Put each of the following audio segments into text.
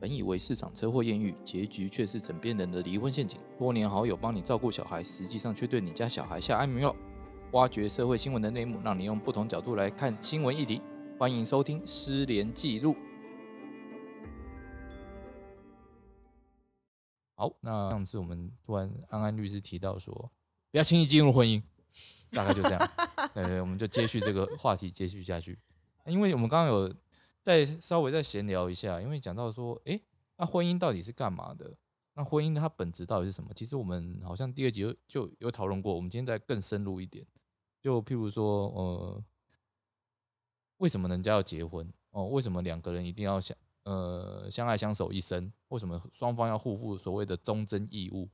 本以为市场车祸艳遇，结局却是枕边人的离婚陷阱。多年好友帮你照顾小孩，实际上却对你家小孩下安眠药。挖掘社会新闻的内幕，让你用不同角度来看新闻议题。欢迎收听《失联记录》。好，那上次我们突然安安律师提到说，不要轻易进入婚姻，大概就这样。对对，我们就接续这个话题，接续下去。因为我们刚刚有再稍微再闲聊一下，因为讲到说，诶，那婚姻到底是干嘛的？那婚姻它本质到底是什么？其实我们好像第二集就就有讨论过，我们今天再更深入一点，就譬如说，呃，为什么人家要结婚？哦，为什么两个人一定要相呃相爱相守一生？为什么双方要互负所谓的忠贞义务？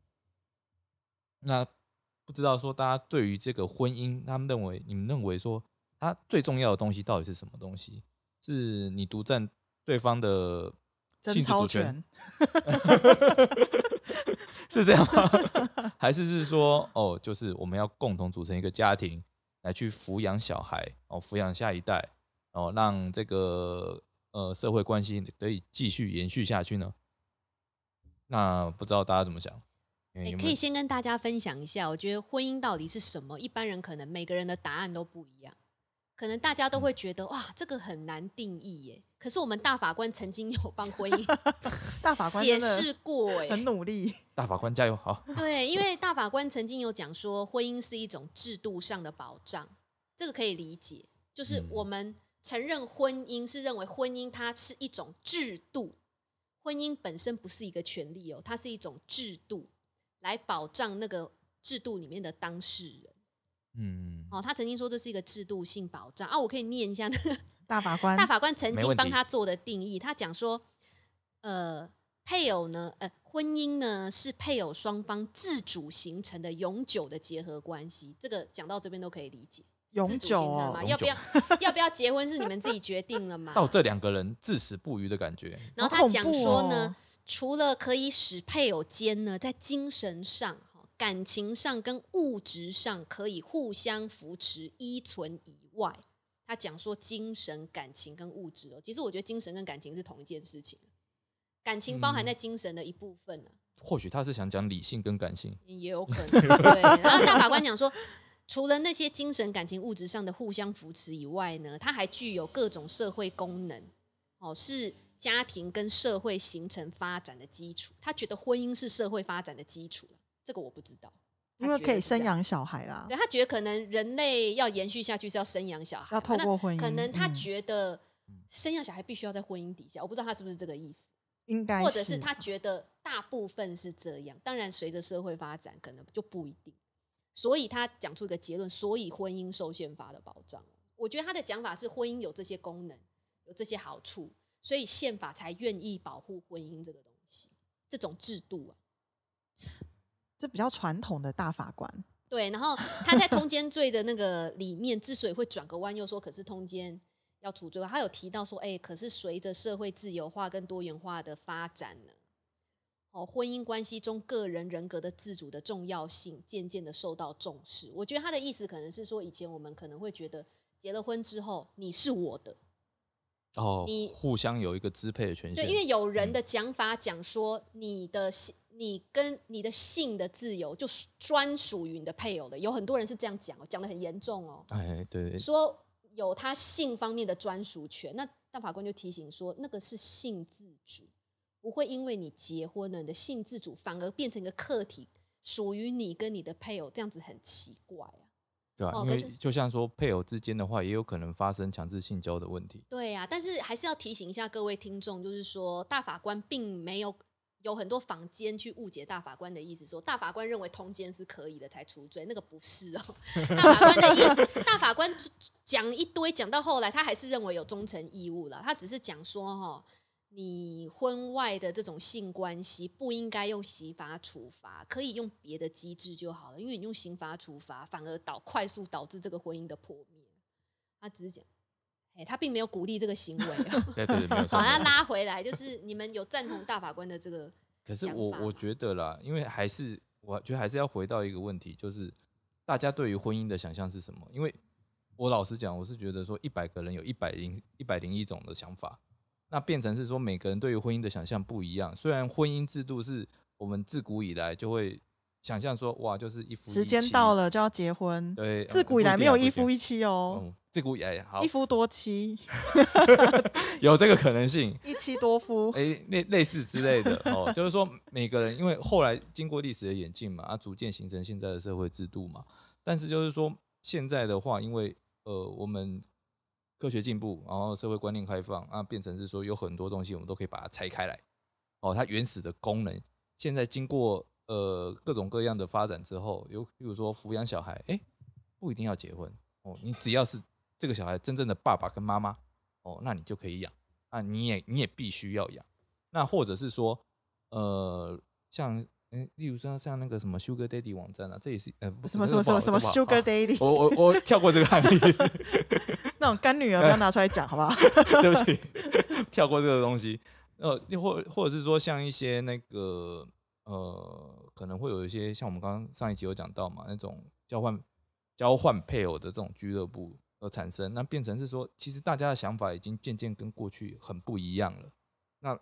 那不知道说大家对于这个婚姻，他们认为你们认为说它最重要的东西到底是什么东西？是你独占对方的贞性自操主权，权， 是这样吗？ 还是是说，哦，就是我们要共同组成一个家庭，来去抚养小孩，哦，抚养下一代，哦，让这个呃社会关系得以继续延续下去呢？那不知道大家怎么想？你欸有没可有以先跟大家分享一下，我觉得婚姻到底是什么？一般人可能每个人的答案都不一样，可能大家都会觉得哇，这个很难定义耶。可是我们大法官曾经有帮婚姻大法官解真的释过，哎，很努力，大法官加油！好， 对，因为大法官曾经有讲说，婚姻是一种制度上的保障，这个可以理解。就是嗯我们承认婚姻是认为婚姻它是一种制度，婚姻本身不是一个权利哦，它是一种制度来保障那个制度里面的当事人。嗯，哦，他曾经说这是一个制度性保障啊，我可以念一下那个大法官大法官曾没问经题帮他做的定义，他讲说，呃，配偶呢，呃，婚姻呢是配偶双方自主形成的永久的结合关系。这个讲到这边都可以理解，永自主久形成的哦嘛，永要不久要 要不要结婚是你们自己决定了嘛？到这两个人至死不渝的感觉，好然后他恐讲怖说呢，哦除了可以使配偶间呢在精神上、哈感情上跟物质上可以互相扶持、依存以外，他讲说精神、感情跟物质哦，其实我觉得精神跟感情是同一件事情，感情嗯包含在精神的一部分哦呢、或许他是想讲理性跟感性，也有可能。对，然后大法官讲说。除了那些精神、感情、物质上的互相扶持以外呢，它还具有各种社会功能，哦，是家庭跟社会形成发展的基础。他觉得婚姻是社会发展的基础了，这个我不知道。他因为觉可得以是生这样，养小孩啦，对他啊觉得可能人类要延续下去是要生养小孩嘛，要透那过婚姻，可能他嗯觉得生养小孩必须要在婚姻底下，我不知道他是不是这个意思。应该或者是他觉得大部分是这样。当然，随着社会发展，可能就不一定。所以他讲出一个结论，所以婚姻受宪法的保障。我觉得他的讲法是婚姻有这些功能，有这些好处，所以宪法才愿意保护婚姻这个东西，这种制度啊。这比较传统的大法官，对，然后他在通奸罪的那个里面，之所以会转个弯，又说可是通奸要处罪，他有提到说，哎，可是随着社会自由化跟多元化的发展呢，哦，婚姻关系中个人人格的自主的重要性渐渐的受到重视。我觉得他的意思可能是说，以前我们可能会觉得结了婚之后你是我的，哦你，互相有一个支配的权限，对，因为有人的讲法讲说，你的性，你跟你的性的自由就是专属于你的配偶的，有很多人是这样讲哦，讲的很严重哦。哎，对，说有他性方面的专属权，那大法官就提醒说，那个是性自主，不会因为你结婚了，你的性自主反而变成一个客体，属于你跟你的配偶，这样子很奇怪啊。对啊，哦因可为是就像说配偶之间的话，也有可能发生强制性交的问题。对啊，但是还是要提醒一下各位听众，就是说大法官并没有有很多坊间去误解大法官的意思，说大法官认为通奸是可以的才处罪，那个不是哦。大法官的意思，大法官讲一堆，讲到后来他还是认为有忠诚义务了，他只是讲说哈、哦。你婚外的这种性关系不应该用刑罚处罚，可以用别的机制就好了。因为你用刑罚处罚，反而导快速导致这个婚姻的破灭。他只是讲，哎、他并没有鼓励这 个行为、哦。对对对，没有错。 好，没有那错拉回来，就是你们有赞同大法官的这个，可是想我法哦我嘛觉得啦，因为还是我觉得还是要回到一个问题，就是大家对于婚姻的想象是什么？因为我老实讲，我是觉得说一百个人有一百零一百零一种的想法，那变成是说每个人对于婚姻的想象不一样。虽然婚姻制度是我们自古以来就会想象说，哇，就是一夫一妻时间到，了就要结婚，对，嗯自古以来没有一夫一一妻哦，嗯，自古以来好一夫多妻，有这个可能性。一妻多夫。诶，类类似之类的哦， 就是说每个人，因为后来经过历史的演进嘛，啊，逐渐形成现在的社会制度嘛。但是就是说，现在的话，因为呃，我们科学进步，然后社会观念开放，啊，变成是说有很多东西我们都可以把它拆开来，哦，它原始的功能，现在经过呃各种各样的发展之后，有比如说抚养小孩，诶，不一定要结婚哦，你只要是这个小孩真正的爸爸跟妈妈哦，那你就可以养。啊，你也你也必须要养。那或者是说，呃，像嗯、例如说像那个什么 Sugar Daddy 网站啊，这也是呃不什么这什个么什不么好什么这不好 Sugar 啊 Daddy 我我我跳过这个案例，那种干女儿不要拿出来讲，好不 好？对不起，跳过这个东西。呃，又或或者是说像一些那个呃，可能会有一些像我们刚刚上一集有讲到嘛，那种交换交换配偶的这种俱乐部而产生，那变成是说，其实大家的想法已经渐渐跟过去很不一样了。那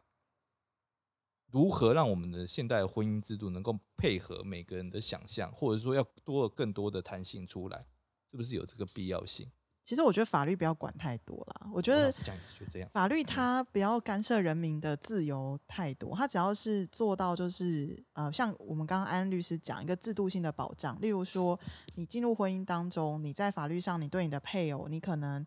如何让我们的现代婚姻制度能够配合每个人的想象，或者说要多了更多的弹性出来，是不是有这个必要性？其实我觉得法律不要管太多啦，我觉我得老实讲也是觉得这样。法律它不要干涉人民的自由太多，它只要是做到就是呃，像我们刚刚安律师讲一个制度性的保障，例如说你进入婚姻当中，你在法律上你对你的配偶，你可能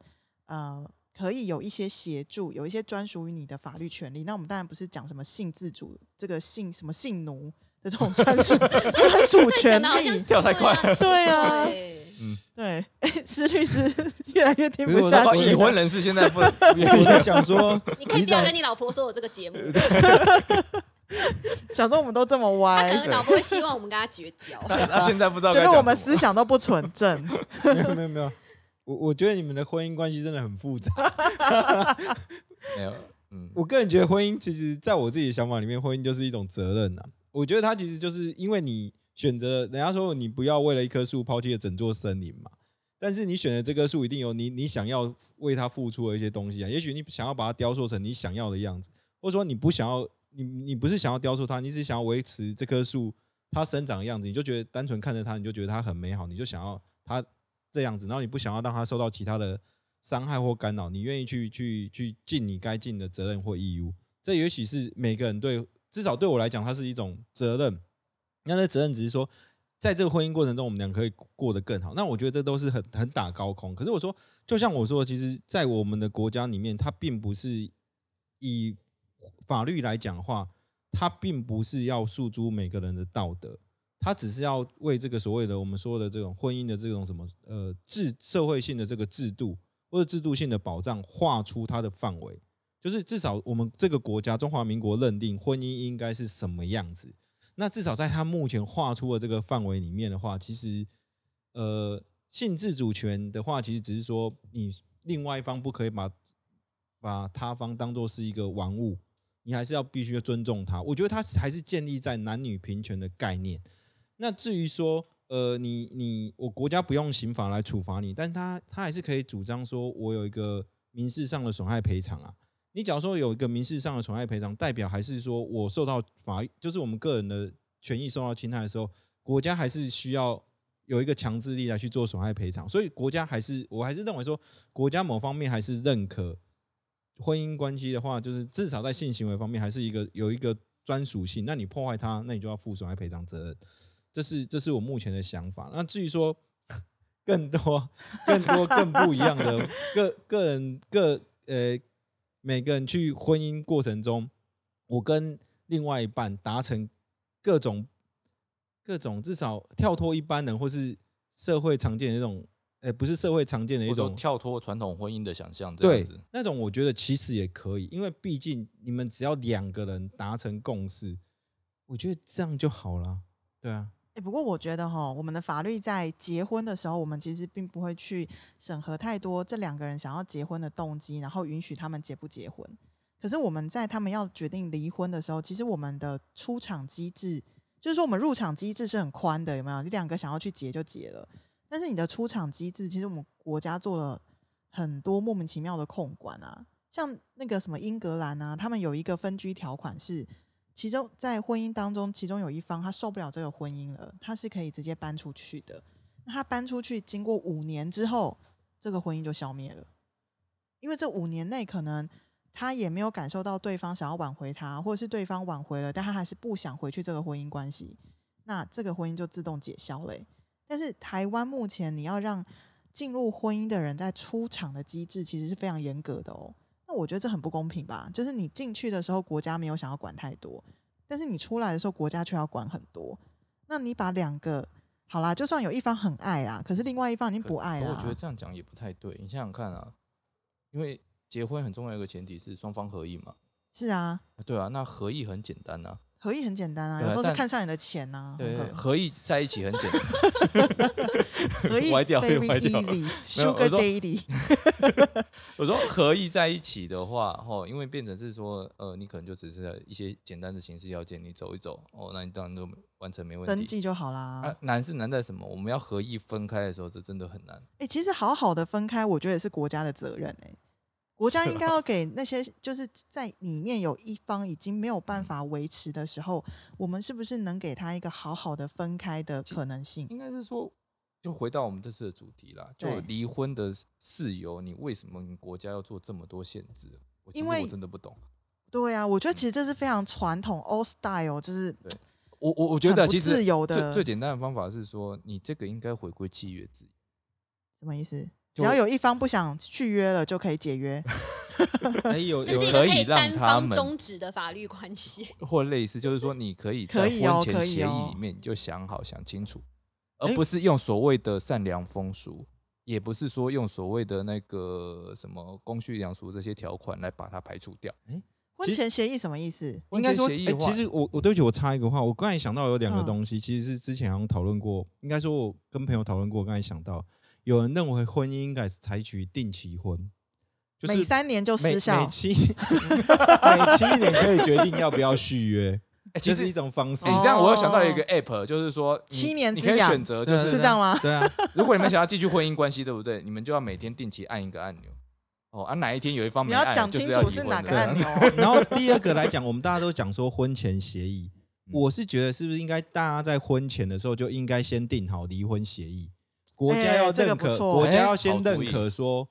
呃可以有一些协助，有一些专属于你的法律权利。那我们当然不是讲什么性自主，这个性什么性奴的这种专 属专属那权讲的好像利是。跳太快了对啊对对，哎施律师越来越听可是不我下哦在去已了。婚人士现在 不能， 不愿我意在想说，你可以里不要长跟你老婆说我这个节目，想说我们都这么她可歪，能老婆会希望我们跟她绝交。他他现在不知道觉该得讲我们什么思想都不纯正。没有没有没有，我我觉得你们的婚姻关系真的很复杂。 没有，嗯，我个人觉得婚姻其实，在我自己的想法里面，婚姻就是一种责任呐、我觉得它其实就是因为你选择了，人家说你不要为了一棵树抛弃了整座森林嘛。但是你选的这棵树，一定有你你想要为它付出的一些东西啊。也许你想要把它雕塑成你想要的样子，或者说你不想要，你你不是想要雕塑它，你只想要维持这棵树它生长的样子。你就觉得单纯看着它，你就觉得它很美好，你就想要它这样子，然后你不想要让它受到其他的伤害或干扰，你愿意去去去尽你该尽的责任或义务。这也许是每个人对，至少对我来讲，它是一种责任。那那责任只是说，在这个婚姻过程中，我们俩可以过得更好。那我觉得这都是很很打高空。可是我说，就像我说，其实，在我们的国家里面，它并不是以法律来讲的话，它并不是要诉诸每个人的道德，它只是要为这个所谓的我们说的这种婚姻的这种什么呃制社会性的这个制度或者制度性的保障，画出它的范围。就是至少我们这个国家中华民国认定婚姻应该是什么样子，那至少在他目前画出的这个范围里面的话，其实呃，性自主权的话，其实只是说你另外一方不可以把把他方当做是一个玩物，你还是要必须要尊重他。我觉得他还是建立在男女平权的概念。那至于说呃，你你我国家不用刑法来处罚你，但他他还是可以主张说我有一个民事上的损害赔偿啊。你假如说有一个民事上的损害赔偿，代表还是说我受到法，就是我们个人的权益受到侵害的时候，国家还是需要有一个强制力来去做损害赔偿。所以国家还是，我还是认为说，国家某方面还是认可婚姻关系的话，就是至少在性行为方面还是一个有一个专属性。那你破坏它，那你就要负损害赔偿责任。这是这是我目前的想法。那至于说更多、更多、更不一样的个个人个呃，每个人去婚姻过程中，我跟另外一半达成各种各种至少跳脱一般人或是社会常见的那种，呃，不是社会常见的一或者说种跳脱传统婚姻的想象这样对子，，那种我觉得其实也可以，因为毕竟你们只要两个人达成共识，我觉得这样就好了。对啊，欸不过我觉得哈，我们的法律在结婚的时候，我们其实并不会去审核太多这两个人想要结婚的动机，然后允许他们结不结婚。可是我们在他们要决定离婚的时候，其实我们的出场机制，就是说我们入场机制是很宽的，有没有？你两个想要去结就结了，但是你的出场机制，其实我们国家做了很多莫名其妙的控管啊。像那个什么英格兰啊，他们有一个分居条款是，其中在婚姻当中，其中有一方他受不了这个婚姻了，他是可以直接搬出去的。那他搬出去，经过五年之后，这个婚姻就消灭了，因为这五年内可能他也没有感受到对方想要挽回他，或者是对方挽回了，但他还是不想回去这个婚姻关系，那这个婚姻就自动解消了欸、但是台湾目前你要让进入婚姻的人在出场的机制其实是非常严格的哦。那我觉得这很不公平吧？就是你进去的时候，国家没有想要管太多，但是你出来的时候，国家却要管很多。那你把两个好啦，就算有一方很爱啦，可是另外一方已经可不爱可啦。我觉得这样讲也不太对。你想想看啊，因为结婚很重要一个前提是双方合意嘛。是啊，啊对啊，那合意很简单呐、合意很简单啊，对啊有时候是但看上你的钱呐、啊。对，很可合意在一起很简单。 合意歪掉 very 歪 掉 easy，sugar 我说 daddy。我说合意在一起的话，哦，因为变成是说，呃，你可能就只是一些简单的形式要件，你走一走，哦，那你当然都完成没问登题。记就好啦。哎、啊，难是难在什么？我们要合意分开的时候，这真的很难。其实好好的分开，我觉得也是国家的责任哎、国家应该啊要给那些就是在里面有一方已经没有办法维持的时候，我们是不是能给他一个好好的分开的可能性？应该是说，就回到我们这次的主题啦，就对离婚的事由，你为什么你国家要做这么多限制？我其因实为我真的不懂。对啊，我觉得其实这是非常传统 old style，就是我我我觉很得啊不其实自由的最最简单的方法是说，你这个应该回归契约制。什么意思？只就要有一方不想续约了，就可以 解约。哎、有 这是一有个可可以以让单他方们终止的法律 关系。或类似，就是说你可以可在以哦婚前可以协议哦里面你就想好、想清楚，而哎不是用所谓的善良风俗，也不是说用所谓的那个什么公序良俗这些条款来把它排除掉。婚其实前协议什么意思？应该说，婚前哎、协议化其实我我对不起，我插一个话，我刚才想到有两个嗯东西，其实是之前好像讨论过，应该说我跟朋友讨论过，我刚才想到，有人认为婚姻应该是采取定期婚，就是每三年就每失每效，七每七年可以决定要不要续约， 哎这其是一实种方式哎，。你这样我又想到一哦个 app，就是说你七年你之可以痒选择，就对是是这样吗？对啊， 如果你们想要继续婚姻关系，对不对？你们就要每天定期按一个按钮。哦，啊，哪一天有一方你没按，要讲就是清要楚离是婚哪的个按钮哦。啊 然后第二个来讲，我们大家都讲说婚前协议，嗯我是觉得是不是应该大家在婚前的时候就应该先定好离婚协议？国家要哎这个认不可，错国家哎要先好认主意可说，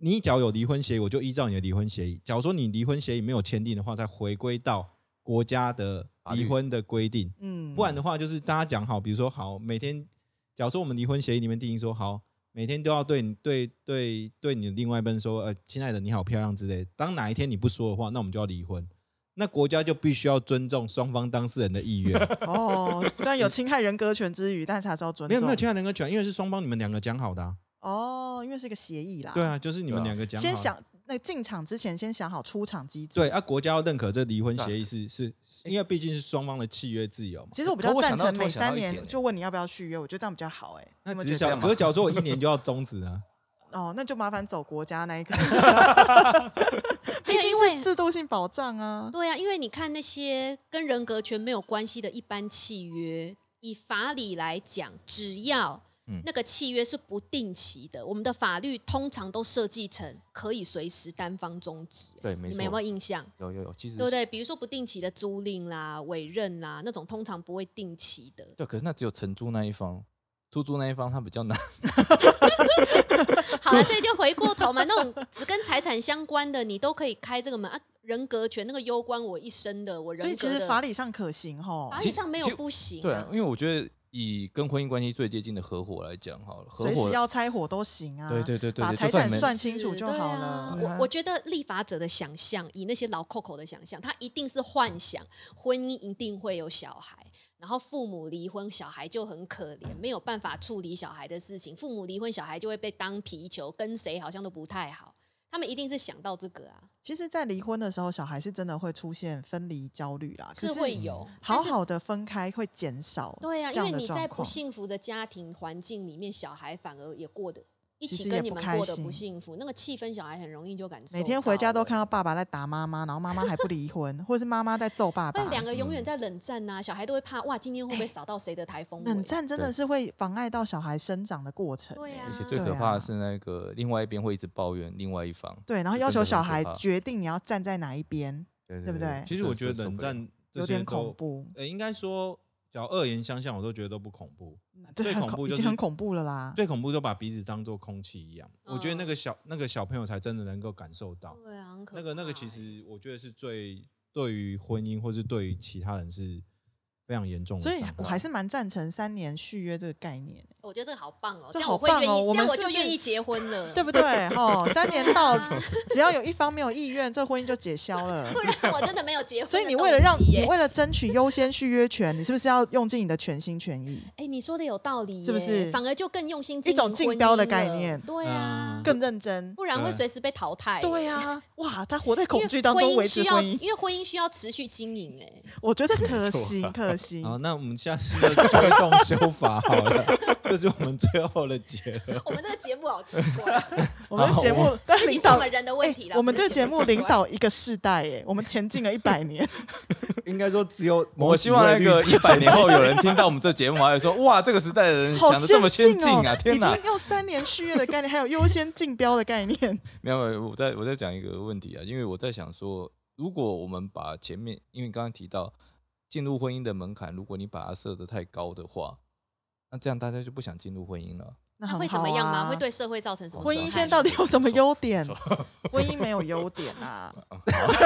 你只要有离婚协议，我就依照你的离婚协议。假如说你离婚协议没有签订的话，再回归到国家的法离律婚的规定。 嗯，不然的话，就是大家讲好，比如说好，每天，假如说我们离婚协议里面定义说好，每天都要对你对对对你的另外一半说，呃，亲爱的，你好漂亮之类的。当哪一天你不说的话，那我们就要离 婚。那国家就必须要尊重双方当事人的意愿，哦， 虽然有侵害人格权之余，但是还是要尊重。没有没有侵害人格权，因为是双方你们两个讲好的、啊。哦，因为是一个协议啦。对，啊，就是你对们啊两个讲好的。先想那进场之前先想好出场机制。对，啊，国家要认可这离婚协议是是，因为毕竟是双方的契约自由嘛。其实我比可较我赞想到成突然每想到三一年点就问你要不要续约，我觉得这样比较好哎。那你们只是觉得想，可是假如说我一年就要终止 啊，哦，那就麻烦走国家 那一个，这没有，因哎是为制度性保障啊。对啊，因为你看那些跟人格权没有关系的一般契约，以法理来讲，只要嗯那个契约是不定期的，我们的法律通常都设计成可以随时单方终止。对，没你错。们有没有印象？有有有，其实对不对？比如说不定期的租赁啦、委任啦，那种通常不会定期 的。对，可是那只有承租那一方，出租那一方他比较难。好了，所以就回过头嘛，那种只跟财产相关的，你都可以开这个门啊。人格权那个攸关我一生的，我人所以格其的实法理上可行吼法，其律实上没有其实不行、对啊，因为我觉得以跟婚姻关系最接近的合伙来讲好了，合随时伙要拆伙都行啊。对对对对把对，财就算产你们算清楚是就对好啊了嗯对啊我我觉得立法者的想象，以那些老扣扣的想象，他一定是幻想婚姻一定会有小孩，然后父母离婚，小孩就很可怜，没有办法处理小孩的事情，父母离婚，小孩就会被当皮球，跟谁好像都不太好。他们一定是想到这个啊，其实，在离婚的时候，小孩是真的会出现分离焦虑啦，可嗯是会有，但好是好的分开会减少对啊，这样因为的你状在不况。幸福的家庭环境里面，小孩反而也过得一其起实跟也你不们开过得不心幸福，那个气氛小孩很容易就感受。每天回家都看。到爸爸在打妈妈，然后妈妈还不离婚，或者是妈妈在揍爸啊爸嗯哎那。两个永远在冷战呐、小孩都会怕哇，今天会不会扫到谁的台风尾？啊冷战真的对是会妨碍到小孩生长的过程。对呀、而且啊，最对可怕啊的是那个另外一边会一直抱怨另外一方，对，然后这要真求的小很可孩怕决定你要站在哪一边，对对不对其实这我是觉得受冷不了战这有些点都恐，怖，呃，应该说，只要恶言相向，我都觉得都不恐怖。 这最很恐怖已就经很是恐怖了啦。最恐怖就把彼此当做空气一样，哦我觉得那嗯个小那个小朋友才真的能够感受到。对啊，很可那个那个，怕其欸实我觉得是最对于婚姻或是对于其他人是非常严重的所伤以害。我还是蛮赞成三年续约这个概念，我觉得这个好棒哦，这样好我会愿棒哦意，我这样们我是就不愿是意结婚 了。对不对？哦，三年 到对啊，只要有一方没有意愿，这婚姻就解消了 不。然我真的没有结婚的动机所耶。以你为了让你为了争取优先续约权，你是不是要用尽你的全心全 意，哎，你说的有道理耶，是不是反而就更用心一种经营竞婚标的姻概了念对啊嗯，更认真？不然会嗯随时被淘汰。对呀。 啊，哇，他活在因恐为惧当中维持需要，婚姻，因为婚姻需要持续经 营、哎，我觉得没可错 惜啊可惜。好，那我们下次就推动修法好了， 这是我们最后的结论。我们这个节目好奇 怪，我们的节目但这已领经是我导们人的哎问题了。我们这个节目领导。导一个世代，哎，我们前进 了一百年。应该说只有某我希望那几位个律师一百年后有人听到我们这节目，还会 说哇，这个时代的人好想的这么先先进哦啊！！天已哪经！用三年续约的概念，还有优先竞标的概 念，没有，没有我在我在讲一个问题啊，因为我在想说，如果我们把前面，因为你刚刚提到进入婚姻的门槛，如果你把它设得太高的话，那这样大家就不想进入婚姻了。那那很会怎么好样吗？啊会对社会造成什么婚损姻害现在到底有什么优点错？婚姻没有优点啊，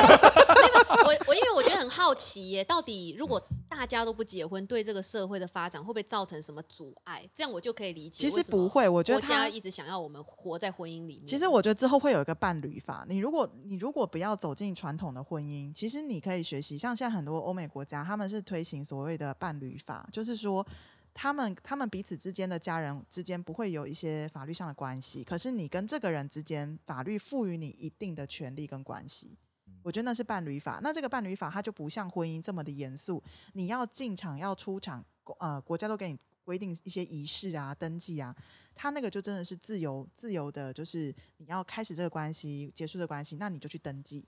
我我因为我觉得很好奇耶，到底如果大家都不结婚，对这个社会的发展会不会造成什么阻碍？这样我就可以理解其为实什么。不会，我觉得国家他。一直想要我们活在婚姻里面。其实我觉得之后会有一个伴侣法。你如果你如果不要走进传统的婚姻，其实你可以学习，像现在很多欧美国家，他们是推行所谓的伴侣法，就是说他们他们彼此之间的家人之间不会有一些法律上的关系，可是你跟这个人之间，法律赋予你一定的权利跟关系。我觉得那是伴侣法，那这个伴侣法它就不像婚姻这么的严肃，你要进场要出场，呃，国家都给你规定一些仪式啊、登记啊，他那个就真的是自由自由的，就是你要开始这个关系，结束这个关系，那你就去登记。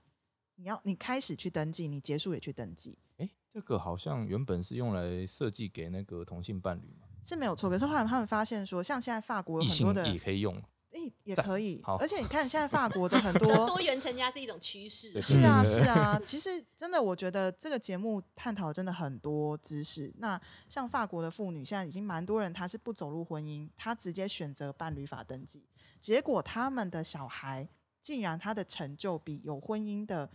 你要你开始去登记，你结束也去登记哎，这个好像原本是用来设计给那个同性伴侣嘛，是没有错。可是后来他们发现说，像现在法国异有很性多的，也可以用。诶也赞可以好，而且你看现在法 国的很这多多，元成家是一种趋势对。是啊嗯是 啊。其实真的，我觉得这个节目探讨真的很多知识。那像法国的妇女，现在已经蛮多人她是不走入婚姻，她直接选择伴侣法登记。结果他们的小孩竟然他的成就比有婚姻的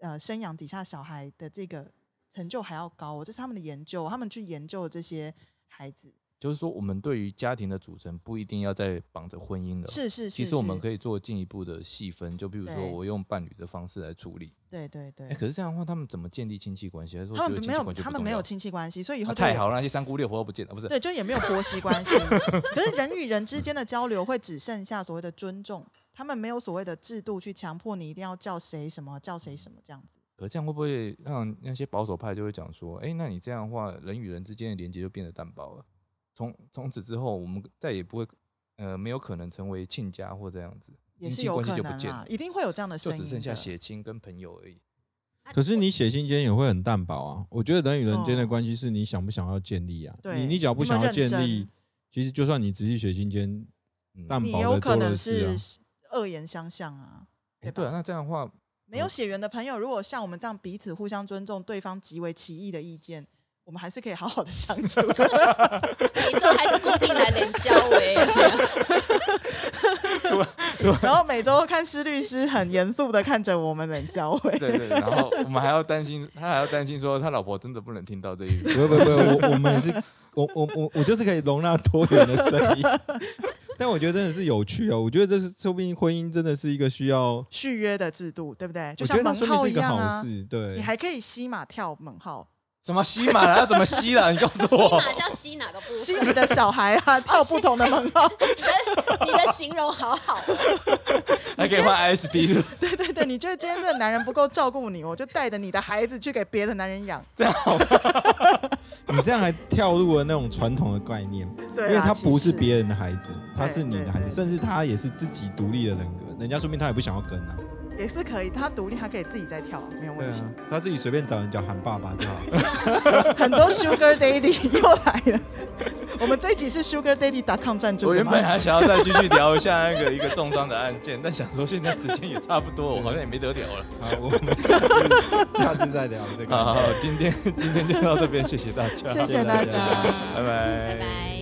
呃生养底下小孩的这个成就还要高、哦，这是他们的研究，他们去研究这些孩子，就是说，我们对于家庭的组成不一定要再绑着婚姻了。是是是，呃其实我们可以，以做进一步的细分，就比如说对我用伴侣的方式来处理。对对对，哎，可是这样的话，他们怎么建立亲戚关系？还是说他觉得们没亲戚有关系他不们重没有要？亲戚关系，所以以后那就有太好了，那些三姑六婆都不见了，不是？对，就也没有婆媳关系。可是人与人之间的交流会只剩下所谓的尊重，他们没有所谓的制度去强迫你一定要叫谁什么叫谁什么这样子。可这样会不会让那些保守派就会讲说，哎、那你这样的话，人与人之间的连接就变得淡薄了。从从此之后，我们再也不会，呃，没有可能成为亲家或这样子，也姻是亲有关系可就不能见啦了，，一定会有这样的就声音只的。剩下血亲跟朋友而已。啊可是你写信间也会很淡薄啊。我觉得人与人间的哦关系是你想不想要建立啊。对你你只要不你有想没有要建认立真，其实就算你仔细写信间，嗯淡你薄有的可多能的是啊是恶言相向啊，诶对对啊，吧？那这样的话， 没有血缘的朋友，如果像我们这样彼此互相尊重对方极为歧异的意见，我们还是可以好好的 相处。你这还是固定来 冷笑为，然后每周看施律师很严肃的看着我们冷笑话。 对对，然后我们还要担心，他还要担心说他老婆真的不能听到这一不句。不不，我 我们也是，我我我我就是可以容纳多元的声音。 但我觉得真的是有趣哦，我觉得这是说不定婚姻真的是一个需要，续约的制度，对不对？就我像觉得它门说号明是一一个样好啊，事。对，你还可以吸马跳门号，什么吸马啦？要怎么吸啦？你 告诉吸我。哪是要吸哪个部吸分？你的小孩 啊， 跳不同的门号。哦 你的形容好好哦， 还可以换 ISP，是不是 对对对，你觉得今天这个男人不够照顾你，我就带着你的孩子去给别的男人养。你这样还跳入了那种传统的概念，对啊啊因啦，为他不其是实别人的孩子，他对是你对的孩子，对甚至他也是自己独立的人格，人家说明他也不想要跟啊，也是可以，他独立，他可以自己再跳，没有对问 题。啊，他自己随便找人叫喊爸爸就好了。很多 Sugar Daddy 又来了， 我们这一集是 Sugar Daddy.com 赞助我的原吗？本还想要再继续聊一下那个一个重伤的案件，但想说现在时间也差不多，我好像也没得聊了。好，我们下次 下次再聊这 个。好，今天今天就到这边，谢谢大家，谢谢大谢谢大家家。拜拜，拜拜。